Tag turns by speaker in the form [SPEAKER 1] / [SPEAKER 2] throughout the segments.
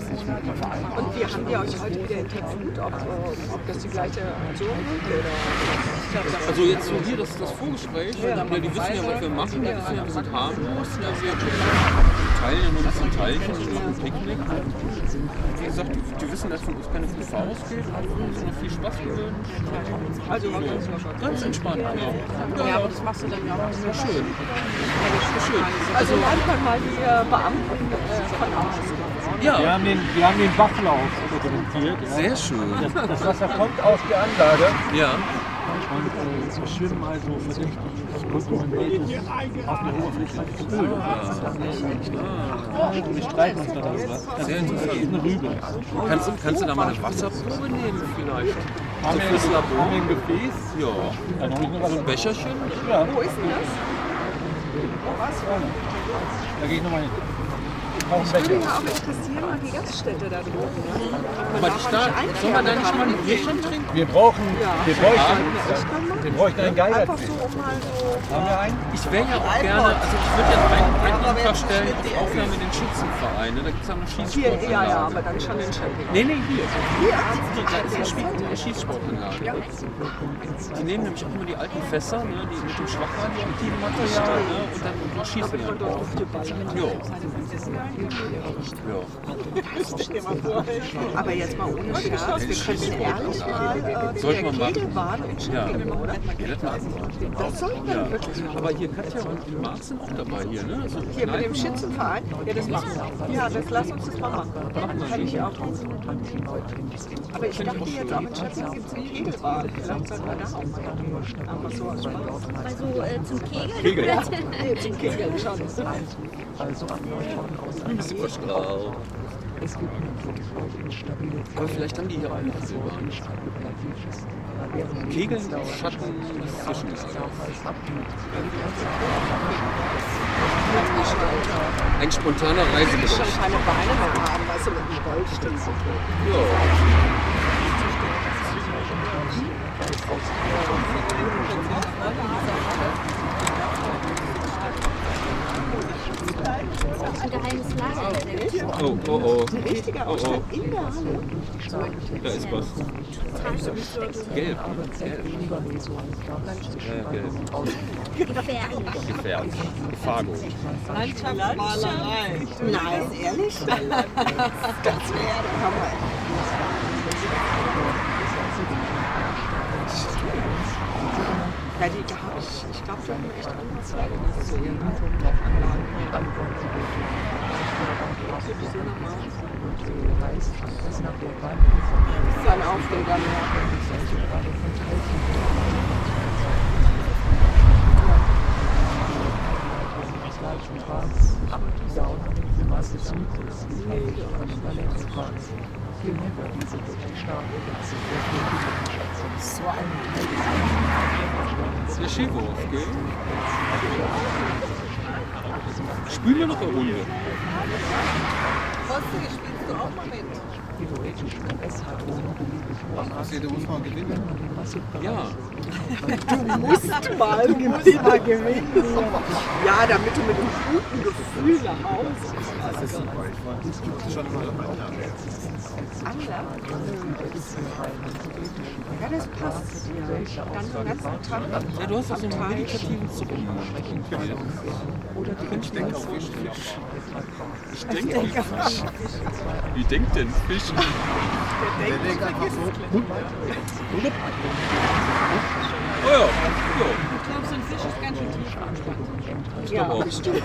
[SPEAKER 1] Und wir haben ja euch heute wieder interviewt, ob, äh, ob das die gleiche Aktion ist oder.
[SPEAKER 2] Also jetzt so hier, das ist das Vorgespräch. Ja, die wissen ja, was wir machen, die wissen ja, was wir haben. Ja, wir teilen ja nur ein bisschen Teilchen und machen Picknick. Und Wie gesagt, die, die wissen, dass von uns keine Gefahr ausgeht. Es ist noch viel Spaß gewöhnt.
[SPEAKER 1] Also war ganz locker.
[SPEAKER 2] Ganz entspannt, genau.
[SPEAKER 3] Ja, aber das machst du dann ja auch.
[SPEAKER 2] Ja, schön.
[SPEAKER 1] Also einfach mal die äh, Beamten äh, von außen.
[SPEAKER 4] Wir
[SPEAKER 2] Ja,
[SPEAKER 4] haben den, wir haben den Bachlauf fotografiert. Ja.
[SPEAKER 2] sehr schön.
[SPEAKER 4] Das, das Wasser kommt aus der Anlage
[SPEAKER 2] Ja,
[SPEAKER 4] und äh, es schwimmen also verdächtig Kontinenten auf der Oberfläche des Öl. Und wir streiten uns darüber. Das
[SPEAKER 2] sehr
[SPEAKER 4] ist
[SPEAKER 2] interessant.
[SPEAKER 4] eine Rübe.
[SPEAKER 2] Kannst, du- kannst du da mal eine Wasserprobe nehmen vielleicht?
[SPEAKER 4] Haben wir,
[SPEAKER 2] fürs Labor?
[SPEAKER 4] haben wir ein Gefäß?
[SPEAKER 2] Ja.
[SPEAKER 4] Dann habe ich noch
[SPEAKER 2] So
[SPEAKER 4] also,
[SPEAKER 2] ein Becherchen?
[SPEAKER 4] ja,
[SPEAKER 1] Wo ist denn das?
[SPEAKER 4] da gehe ich nochmal hin. Noch ein Becher.
[SPEAKER 1] Würde ja auch interessieren, an die Gaststätte da drüben. Ne?
[SPEAKER 2] Aber die Stadt, soll man da nicht mal ein Bierchen trinken?
[SPEAKER 4] Wir brauchen, wir
[SPEAKER 1] Ich
[SPEAKER 4] bräuchten,
[SPEAKER 1] kann mal
[SPEAKER 4] wir bräuchten einen Geiger.
[SPEAKER 1] einfach so, um mal so.
[SPEAKER 4] Haben wir einen?
[SPEAKER 2] Ich wäre ja auch gerne, also ich würde ja einen, einen Antrag stellen auf Aufnahme in den Schützenverein. Ne? Da gibt es einen
[SPEAKER 1] Hier,
[SPEAKER 2] Schießsport.
[SPEAKER 1] ja, ja, aber dann schon in Champion.
[SPEAKER 2] Nee, nee, hier. Da ist eine Schie- eine Schießsportanlage. Die nehmen nämlich auch immer die alten Fässer, ne? die mit dem schwachradioaktiven Material, ne? und dann schießen die halt drauf. Jo.
[SPEAKER 1] Also,
[SPEAKER 2] Jo.
[SPEAKER 1] Aber jetzt mal ohne Scherz, wir könnten ehrlich mal äh,
[SPEAKER 2] Sollte
[SPEAKER 1] der
[SPEAKER 2] man machen.
[SPEAKER 1] Kegelbahn in
[SPEAKER 2] Ja.
[SPEAKER 1] Champion machen, oder?
[SPEAKER 2] Ja, das war's.
[SPEAKER 1] Das sollten wir wirklich machen.
[SPEAKER 2] Aber hier Katja und Marc sind auch dabei hier, ne? Also
[SPEAKER 1] Hier mit dem Schützenverein? Ja, das machen wir. Ja, das lass uns das mal machen. Kann ich auch. Aber ich dachte jetzt auch in Schöpfen gibt es eine Kegelbahn. Vielleicht sollten wir da auch mal hin. Aber so aus Spaß.
[SPEAKER 3] Also äh, zum Kegeln?
[SPEAKER 1] Nee, Ah, zum Kegeln schon. Ah,
[SPEAKER 2] ein bisschen verstrahlt. Aber vielleicht haben die hier auch eine Seilbahn. Kegeln, Schatten, das Zwischen ist Ein spontaner Reisegeschäft.
[SPEAKER 1] Schon keine Beine mehr haben, weißt du, mit dem Rollstuhl.
[SPEAKER 3] Ein geheimes Lager.
[SPEAKER 2] Oh, oh, oh.
[SPEAKER 1] Richtiger Ausstand in der Halle.
[SPEAKER 2] Da ist was.
[SPEAKER 3] ne?
[SPEAKER 2] Gelb. Gelb. Ja, gelb.
[SPEAKER 3] Gefährlich.
[SPEAKER 2] Gefährlich. Fargo.
[SPEAKER 1] Landschaftsmalerei. Nein, ehrlich? Das wäre der Hammer. Ja, die, da hab ich, ich glaube, die haben echt anders gesehen. Also, Anlagen. Ich sehe noch mal. Das ist ein Aufreger mehr.
[SPEAKER 2] Das ist der Skiwurf, gell? Spielen wir noch eine Runde.
[SPEAKER 1] Kostig, spielst du auch mal mit?
[SPEAKER 2] Ja.
[SPEAKER 1] musst mal, du musst mal gewinnen. Ja, damit du mit einem guten Gefühl nach Hause kommst. Angler? Ja, das passt. Dann den ganzen Tag am
[SPEAKER 2] Ja, du hast auch so einen
[SPEAKER 1] Teich.
[SPEAKER 2] meditativen Zugang. Ich denke auf Fisch. Ich denke auf Fisch. Wie denkt denn Fisch? Oh ja, ja.
[SPEAKER 1] Ja,
[SPEAKER 2] auch.
[SPEAKER 1] bestimmt.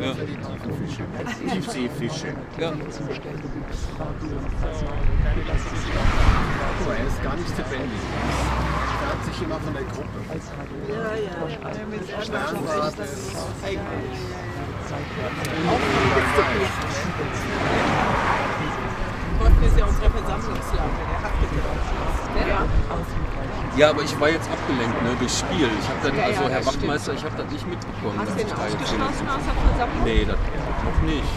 [SPEAKER 2] ja.
[SPEAKER 5] Tiefseefische.
[SPEAKER 2] ja.
[SPEAKER 5] Guck mal, er ist gar nicht zu bändigen. Er hat sich immer von der Gruppe.
[SPEAKER 1] Ja, ja.
[SPEAKER 2] Ja, aber ich war jetzt abgelenkt ne, durchs Spiel. Ich habe dann, also Herr Wachtmeister, ich habe das nicht mitbekommen.
[SPEAKER 1] Hast
[SPEAKER 2] dass
[SPEAKER 1] du den
[SPEAKER 2] ich da jetzt
[SPEAKER 1] ausgeschlossen aus der Versammlung?
[SPEAKER 2] Nee, das noch nicht.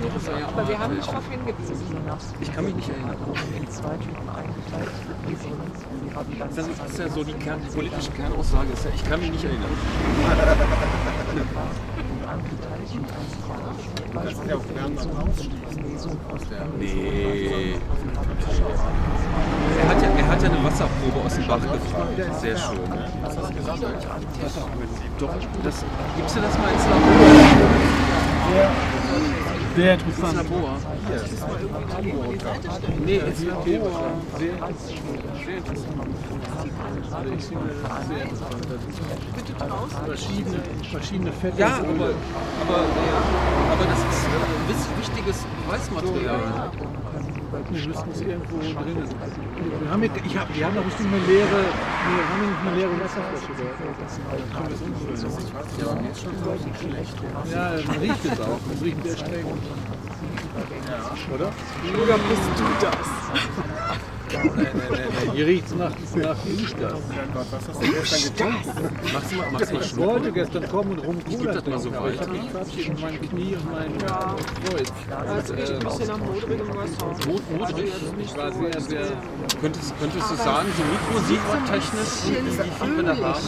[SPEAKER 2] Noch ist er ja
[SPEAKER 1] Aber wir haben
[SPEAKER 2] artig.
[SPEAKER 1] dich darauf hingewiesen.
[SPEAKER 2] Ich kann mich nicht erinnern. Das ist, das ist ja so die, Kern, die politische Kernaussage. Ist ja, ich kann mich nicht erinnern.
[SPEAKER 5] Du kannst ja auch Fernwand ausschließen. Aus der
[SPEAKER 2] Nee. Er hat, ja, er hat ja eine Wasserprobe aus dem Bach gefragt. Sehr schön.
[SPEAKER 5] hast du das gesammelt?
[SPEAKER 2] Doch, das, gibst du das mal ins Labor?
[SPEAKER 4] Sehr interessant.
[SPEAKER 2] Labor. Nee, ins Labor. Sehr, sehr interessant.
[SPEAKER 4] Also ich finde das sehr interessant. Das sind verschiedene, verschiedene Fette.
[SPEAKER 2] Ja, aber, aber, äh, aber das ist äh, wiss- wichtiges Beweismaterial.
[SPEAKER 4] Wir müssten es irgendwo drinnen. Wir haben, hier, ich hab, wir haben noch bestimmt eine leere, nee, wir haben hier eine leere Wasserflasche. da. Dann können wir es umfüllen.
[SPEAKER 5] Ja, mir ist schon so schlecht.
[SPEAKER 4] Ja, man riecht es auch. Es riecht sehr streng. Oder?
[SPEAKER 1] Oder bist du das?
[SPEAKER 5] Nein, nein, nein, nein.
[SPEAKER 4] Hier riecht es nach, nach Lichter.
[SPEAKER 5] Mein Gott, was hast du gestern getrunken?
[SPEAKER 2] Mach's mal, mach's mal
[SPEAKER 4] Ich
[SPEAKER 2] schnell.
[SPEAKER 4] wollte gestern kommen und rum Cola
[SPEAKER 2] das mal so
[SPEAKER 4] trinken, aber ich
[SPEAKER 2] weiter.
[SPEAKER 4] habe mich verabschiedet in meinem Knie und mein
[SPEAKER 1] Ja.
[SPEAKER 4] Kreuz.
[SPEAKER 1] Also ich ein bisschen am Modrig im Restaurant.
[SPEAKER 2] Mut, Mut, Mut.
[SPEAKER 4] Ich war sehr, sehr...
[SPEAKER 2] Könntest, könntest du sagen, so Mikro-Siegwort-technisch, wie viel wir da haben?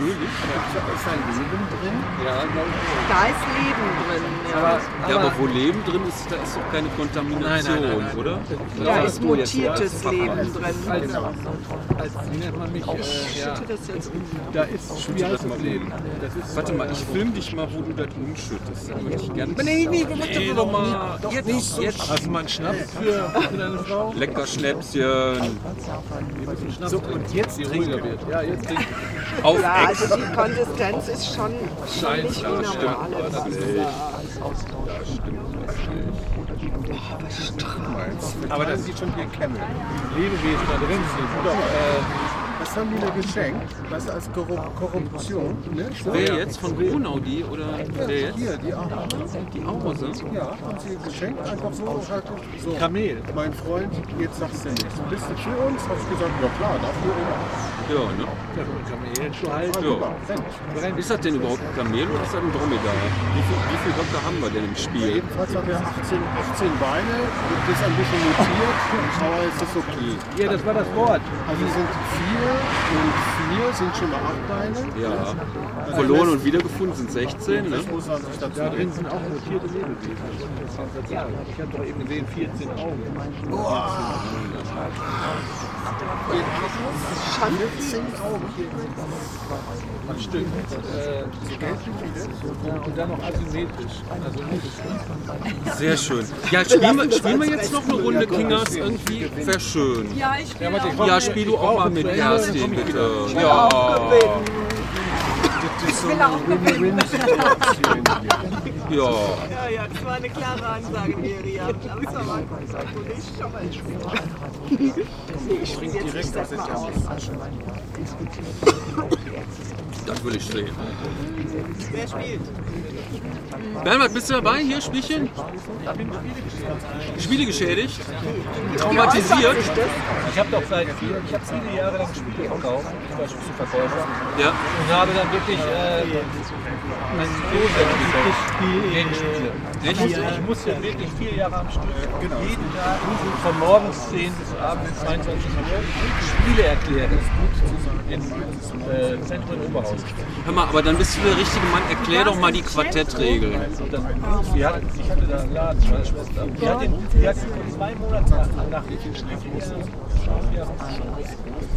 [SPEAKER 2] Ölig?
[SPEAKER 5] Ist da ein Leben drin?
[SPEAKER 2] Ja, glaube ich.
[SPEAKER 1] Da ist Leben drin. Ja.
[SPEAKER 2] Ja, aber wo Leben drin ist, da ist doch keine Kontamination,
[SPEAKER 4] Nein, nein, nein, nein.
[SPEAKER 2] oder?
[SPEAKER 1] Da
[SPEAKER 4] Ja,
[SPEAKER 1] ist
[SPEAKER 4] du jetzt,
[SPEAKER 1] mutiertes Leben drin.
[SPEAKER 4] Als, als, wie nennt man mich? Äh, ja.
[SPEAKER 1] Schütte das jetzt um.
[SPEAKER 4] Da ist, wie heißt das Leben? Das ist
[SPEAKER 2] Warte mal, ich film dich mal, wo du das umschüttest. Das möchte ich gerne.
[SPEAKER 4] Nee, nee, wir
[SPEAKER 2] Nee, doch mal. Jetzt, jetzt.
[SPEAKER 4] Hast du mal einen Schnaps für, für deine Frau?
[SPEAKER 2] Lecker Schnäpschen.
[SPEAKER 4] Einen Schnaps so, und jetzt ruhiger wird. Ja, jetzt trinken.
[SPEAKER 2] Auf
[SPEAKER 1] Ja,
[SPEAKER 2] Ex.
[SPEAKER 1] also die Konsistenz ist schon, schon nicht wie
[SPEAKER 2] Ja,
[SPEAKER 1] normal.
[SPEAKER 2] stimmt. Das nicht.
[SPEAKER 5] Aber das sieht schon wie Camel.
[SPEAKER 4] Lebewesen da drin sind.
[SPEAKER 5] äh, Was haben die da geschenkt? Was als Korru- Korruption? Ne?
[SPEAKER 2] Wer jetzt? Von Brunau die? Oder der jetzt?
[SPEAKER 5] Hier, die auch.
[SPEAKER 2] Die Aurose?
[SPEAKER 5] Ja, haben sie geschenkt. Einfach so. Halt, so.
[SPEAKER 4] Kamel.
[SPEAKER 5] Mein Freund, jetzt sagst du nichts. Bist du für uns? Hast du gesagt, ja klar, dafür immer.
[SPEAKER 2] Ja, ne?
[SPEAKER 4] Ja, Kamel zu halten.
[SPEAKER 2] Ja.
[SPEAKER 5] Super, Mensch.
[SPEAKER 2] Ist das denn überhaupt ein Kamel oder ist das ein Dromedar? Wie viel, wie viel Doktor haben wir denn im Spiel?
[SPEAKER 5] Jedenfalls haben wir 18, 18 Beine, das ist ein bisschen mutiert, aber es ist okay.
[SPEAKER 4] Ja, das war das Wort.
[SPEAKER 5] Also es sind vier und vier sind schon mal acht Beine.
[SPEAKER 2] Ja. Verloren und wiedergefunden sind 16, ne?
[SPEAKER 5] Das muss man sich dazu
[SPEAKER 4] Da drin
[SPEAKER 5] denken.
[SPEAKER 4] sind auch notierte Lebewesen. Das kann ich sagen. Ich habe doch eben gesehen, 14 Augen. Ein Stück. Äh, ja, und dann noch asymmetrisch. Also
[SPEAKER 2] Sehr schön. Ja, spielen wir, spielen wir jetzt noch eine Runde Kingers irgendwie? Wäre schön.
[SPEAKER 1] Ja, ich bin auch.
[SPEAKER 2] Ja, spiel du auch mal mit Kerstin, bitte. Ja,
[SPEAKER 1] Ich will auch gewinnen.
[SPEAKER 2] ja.
[SPEAKER 1] Ja, ja, das war eine klare Ansage, Miriam. Aber es war mal gut. Ich schon mal ins Spiel. Nee, Ich trinke direkt das mal aus.
[SPEAKER 2] Das will ich sehen.
[SPEAKER 1] Wer spielt?
[SPEAKER 2] Bernhard, bist du dabei hier, Spielchen? Spiele geschädigt?
[SPEAKER 1] Äußert
[SPEAKER 2] Traumatisiert?
[SPEAKER 1] sich das?
[SPEAKER 4] Ich habe doch seit vier, ich habe viele Jahre lang Spiele gekauft, ich war Spieleverkäufer
[SPEAKER 2] Ja.
[SPEAKER 4] und habe dann wirklich äh, ein Spiel gegen Spiele.
[SPEAKER 2] Echt?
[SPEAKER 4] Ich, ich musste wirklich vier Jahre am Stück, jeden Tag von morgens 10 bis abends 22 Uhr Spiele erklären. In äh, Zentrum in Oberhausen.
[SPEAKER 2] Hör mal, aber dann bist du der richtige Mann. Erklär doch mal die Quartettregel.
[SPEAKER 4] Und dann, die hat, ich hatte da einen Laden, meine Schwester. Die hat, den, die hat ihn vor zwei Monaten nach, nach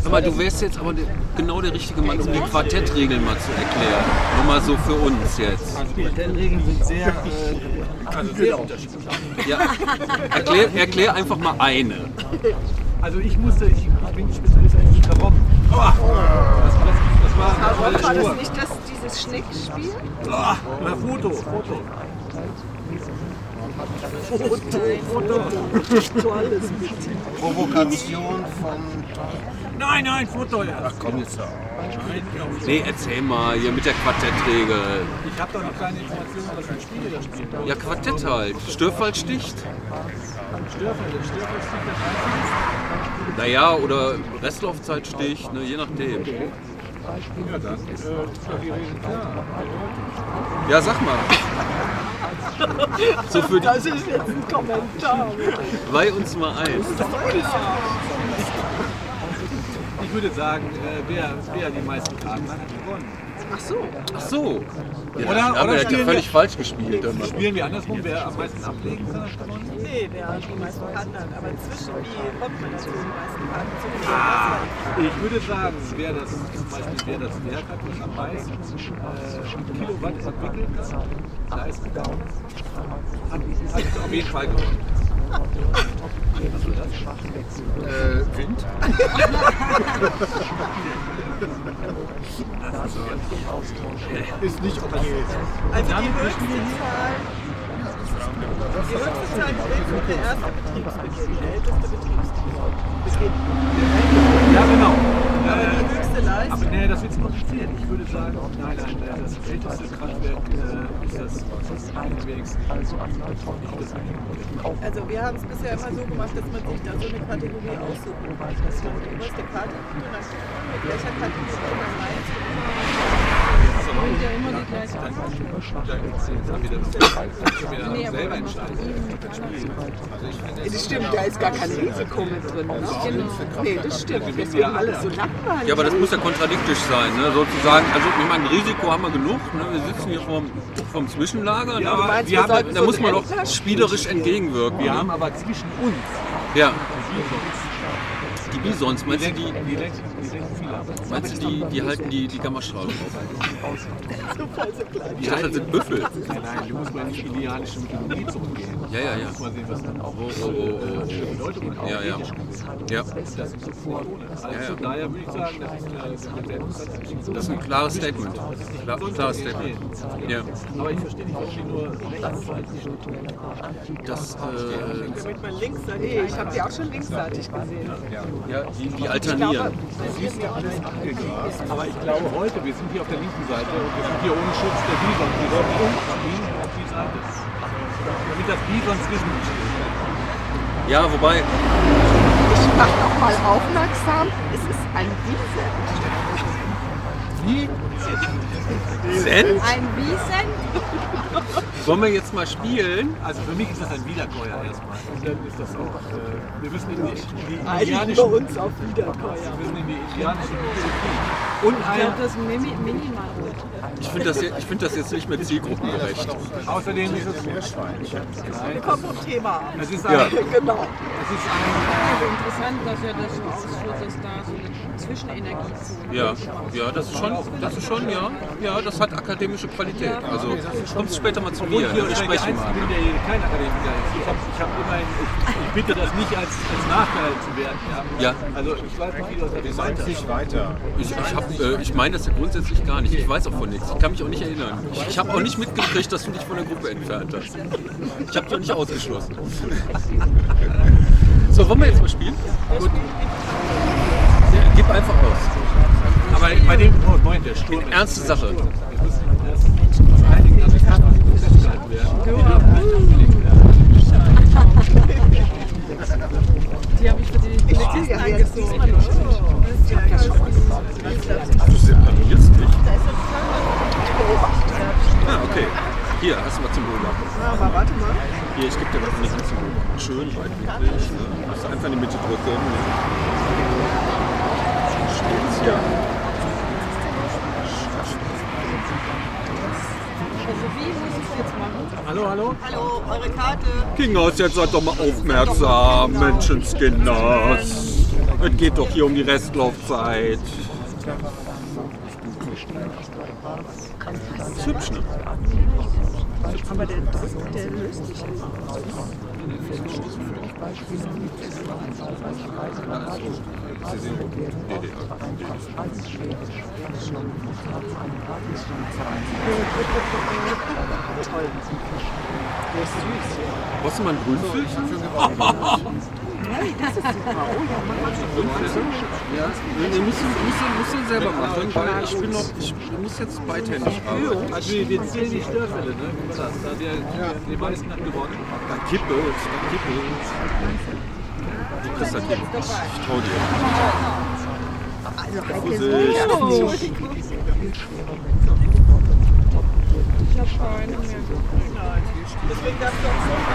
[SPEAKER 2] Hör mal, du wärst jetzt aber der- genau der richtige Mann, um die Quartettregel mal zu erklären. Nur mal so für uns jetzt.
[SPEAKER 4] Quartettregeln Also sind sehr, äh, also sehr unterschiedlich.
[SPEAKER 2] Ja. Erklär, erklär einfach mal eine.
[SPEAKER 4] Also ich musste, ich, ich bin Spezialist eigentlich Karob. Aua! Oh, Das, das, das war
[SPEAKER 1] Warum war
[SPEAKER 4] das
[SPEAKER 1] das
[SPEAKER 4] war
[SPEAKER 1] nicht das, dieses Schnickspiel?
[SPEAKER 4] Aua! Na, Foto, Foto.
[SPEAKER 1] Tolles Bild.
[SPEAKER 5] Provokation von
[SPEAKER 4] Nein, nein, Foto ja.
[SPEAKER 5] Kommissar.
[SPEAKER 4] Nein, glaub ich.
[SPEAKER 2] Nee, erzähl mal hier mit der Quartettregel.
[SPEAKER 4] Ich habe doch noch keine Informationen, was für ein Spiel das spielt.
[SPEAKER 2] Ja, Quartett halt. Störfall sticht?
[SPEAKER 4] Störfeld, Störfeld ist nicht
[SPEAKER 2] Naja, oder Restlaufzeit sticht, ne, je nachdem.
[SPEAKER 4] äh,
[SPEAKER 2] Ja, sag mal. So für die,
[SPEAKER 1] Das ist jetzt ein Kommentar.
[SPEAKER 2] weih uns mal ein.
[SPEAKER 4] das Ich würde sagen, äh, wer, wer die meisten Karten hat, hat gewonnen.
[SPEAKER 1] Ach so.
[SPEAKER 2] Ach so. Ja,
[SPEAKER 4] Oder-
[SPEAKER 2] dann haben
[SPEAKER 4] oder
[SPEAKER 2] wir das ja
[SPEAKER 4] spielen
[SPEAKER 2] völlig
[SPEAKER 4] wir-
[SPEAKER 2] falsch gespielt. Immer.
[SPEAKER 4] Spielen wir andersrum, wer am meisten ablegen kann davon?
[SPEAKER 1] Nee, der die meisten anderen. Aber zwischen wie kommt man dazu, die meisten anderen zu
[SPEAKER 4] Ich würde sagen, wer das, zum Beispiel, wer das Werk hat, was am meisten äh, Kilowatt entwickelt hat, Leistung, hat, hat es auf jeden Fall gewonnen. Was war das?
[SPEAKER 5] Äh, Wind? Ist nicht okay.
[SPEAKER 1] Also die höchste Zahl. Die höchste Zahl gilt für der erste Betriebsbeginn, der älteste Betriebsbeginn.
[SPEAKER 4] Ja, genau.
[SPEAKER 1] Aber
[SPEAKER 4] Äh,
[SPEAKER 1] die höchste
[SPEAKER 4] Aber
[SPEAKER 1] Leistung.
[SPEAKER 4] nee, das wird zu kompliziert. Ich würde sagen, nein, nein, nein, das älteste Kraftwerk äh, ist das, das halbwegs. Also, nicht das
[SPEAKER 1] Also wir haben es bisher immer so gemacht, dass man sich da so eine Kategorie aussuchen kann. Dass man die oberste Karte nimmt und dann guckt man, mit welcher Kategorie man
[SPEAKER 4] ist ja immer die gleiche Dann haben wir das dann wieder selber entscheiden. Also ich finde,
[SPEAKER 1] Das stimmt, da ist gar kein Risiko mit drin. ne? Nee, das stimmt. Das ist ja alles so langweilig.
[SPEAKER 2] Genau. Ja, aber das muss ja kontradiktisch sein, ne? sozusagen. Also ich meine, Risiko haben wir genug. Ne? Wir sitzen hier vorm, vorm Zwischenlager.
[SPEAKER 4] Ja,
[SPEAKER 2] ne?
[SPEAKER 4] aber
[SPEAKER 2] da,
[SPEAKER 4] wir haben-
[SPEAKER 2] da muss man doch spielerisch entgegenwirken.
[SPEAKER 4] wir
[SPEAKER 2] ne?
[SPEAKER 4] haben aber zwischen uns
[SPEAKER 2] Ja. Die Bisons, meinst du, die,
[SPEAKER 4] die denken, die denken viel ab.
[SPEAKER 2] meinst du, die, die halten die, die Gammastrahlung auf? Ich dachte, das sind Büffel.
[SPEAKER 4] Nein, nein, du musst mal in die indianische Mythologie zurückgehen.
[SPEAKER 2] Ja, ja, ja.
[SPEAKER 4] Muss mal sehen, was dann auch
[SPEAKER 2] Oh, oh, oh,
[SPEAKER 4] für Bedeutung hat.
[SPEAKER 2] Ja, ja. Ja,
[SPEAKER 4] Das ist sofort ohne. Also
[SPEAKER 2] Ja, ja.
[SPEAKER 4] von daher würde ich sagen, das ist äh, der Umsatz.
[SPEAKER 2] das ist ein klares Statement. Kla klares Statement. Ja.
[SPEAKER 4] Aber ich verstehe nicht, ob die nur rechtsseitig sind.
[SPEAKER 2] Das, äh,
[SPEAKER 1] Damit man linksseitig. Nee, ich habe die auch schon linksseitig gesehen.
[SPEAKER 2] ja, die, die alternieren.
[SPEAKER 4] Aber ich glaube heute, wir sind hier auf der linken Seite und wir sind hier ohne Schutz der Bison. Wir sollten uns auf die Seite. Damit das Bison zwischen uns steht.
[SPEAKER 2] Ja, wobei,
[SPEAKER 6] Ich mache nochmal aufmerksam, es ist ein Wiesent.
[SPEAKER 2] Zen,
[SPEAKER 6] Ein Wiesent?
[SPEAKER 2] wollen wir jetzt mal spielen?
[SPEAKER 4] Also für mich ist das ein Wiederkäuer erstmal. Und dann ist das auch. Äh, wir müssen in die, die
[SPEAKER 1] Eigentlich
[SPEAKER 4] indianische
[SPEAKER 1] bei uns auf Wiederkäuer.
[SPEAKER 4] wir müssen in die indianische Mythologie. Und ein,
[SPEAKER 6] Das Mini minimal rot.
[SPEAKER 2] Ich finde das, je- ich find das jetzt nicht mehr zielgruppengerecht.
[SPEAKER 4] außerdem ist es.
[SPEAKER 5] Meerschwein.
[SPEAKER 1] Wir kommen vom Thema ab.
[SPEAKER 4] Es ist ein,
[SPEAKER 2] Ja.
[SPEAKER 4] es
[SPEAKER 1] Genau.
[SPEAKER 4] ist ein
[SPEAKER 7] Also interessant, dass er das so ausführt, dass da so eine Zwischenenergie zu.
[SPEAKER 2] Ja, ja, das ist schon, das ist schon, ja, ja, das hat akademische Qualität. Also kommt später mal zu mir
[SPEAKER 4] hier
[SPEAKER 2] und wir
[SPEAKER 4] und ich bin der
[SPEAKER 2] sprechen mal.
[SPEAKER 4] Einzige, der hier kein Akademiker ist. Ich, hab, ich, hab immerhin, ich, ich bitte das nicht als, als Nachteil zu werten.
[SPEAKER 2] Ja.
[SPEAKER 4] Also ich weiß nicht, wie das jetzt
[SPEAKER 5] Seid
[SPEAKER 4] weiter
[SPEAKER 5] nicht weiter.
[SPEAKER 2] Ich, ich, hab, äh, ich meine das ja grundsätzlich gar nicht. Ich weiß auch von nichts. Ich kann mich auch nicht erinnern. Ich, ich habe auch nicht mitgekriegt, dass du dich von der Gruppe entfernt hast. Ich habe dich auch nicht ausgeschlossen. So, wollen wir jetzt mal spielen? Gut. Ja, gib einfach aus.
[SPEAKER 4] Aber bei dem oh, Moment, der Sturm ist.
[SPEAKER 2] Ernste Sache.
[SPEAKER 4] Wir müssen das uns einigen, dass es kann festgehalten werden. Wir dürfen nicht abgelegt werden.
[SPEAKER 7] Die habe ich für die
[SPEAKER 1] Ich ja jetzt diesmal noch. Ich hab ja schon
[SPEAKER 2] Du separierst dich? Ah, okay. Hier, hast du was zum Beobachten.
[SPEAKER 1] Aber warte mal.
[SPEAKER 2] Hier, ich gebe dir was nicht zum Beobachten. Schön weitwinklig. Ne? Musst du einfach in die Mitte drücken. Ne? Steht's ja.
[SPEAKER 4] Hallo, hallo?
[SPEAKER 1] Hallo, eure Karte.
[SPEAKER 2] Kinghaus, jetzt seid doch mal aufmerksam, Menschenskinders. Es geht doch hier um die Restlaufzeit. Ist hübsch, ne?
[SPEAKER 1] Aber der drückt, der löst sich immer.
[SPEAKER 2] Brauchst du mal ein Grünfilch? Ja, nee, nee, musst du, musst du, musst du selber machen, weil ich bin noch, ich muss jetzt beidhändig arbeiten.
[SPEAKER 4] Also wir wir zählen die Störfälle, ne? Guck mal das. Da hat der, die meisten hat gewonnen.
[SPEAKER 2] Dann kippe, es, dann kippe. Gibt es da die? Ich trau dir.
[SPEAKER 5] Vorsicht.
[SPEAKER 1] Deswegen darfst du auch so machen.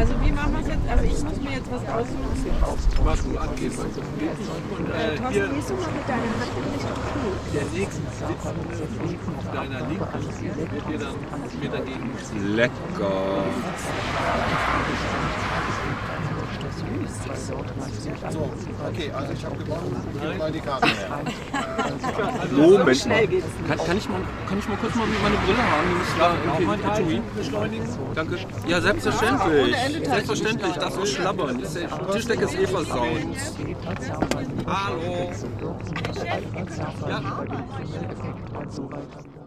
[SPEAKER 7] Also wie machen wir es jetzt? Also ich muss mir jetzt was aussuchen.
[SPEAKER 4] was du angehst. Und äh, hier
[SPEAKER 6] Gehst du mal mit deiner Hand in Richtung Knie?
[SPEAKER 4] der nächsten Sitzende auf deiner Linken wird dir dann mit dagegen
[SPEAKER 2] Lecker.
[SPEAKER 5] So, okay, also ich habe gewonnen. Gib mal die Karte her.
[SPEAKER 2] Moment mal. Kann, kann, ich mal, kann ich mal kurz mal meine Brille haben? Die muss da irgendwie in Etui. Danke. Ja, selbstverständlich. Selbstverständlich, das ist Schlabbern. Das ist ja- Tischdecke ist Eva Sound. Hallo.
[SPEAKER 1] und so weiter.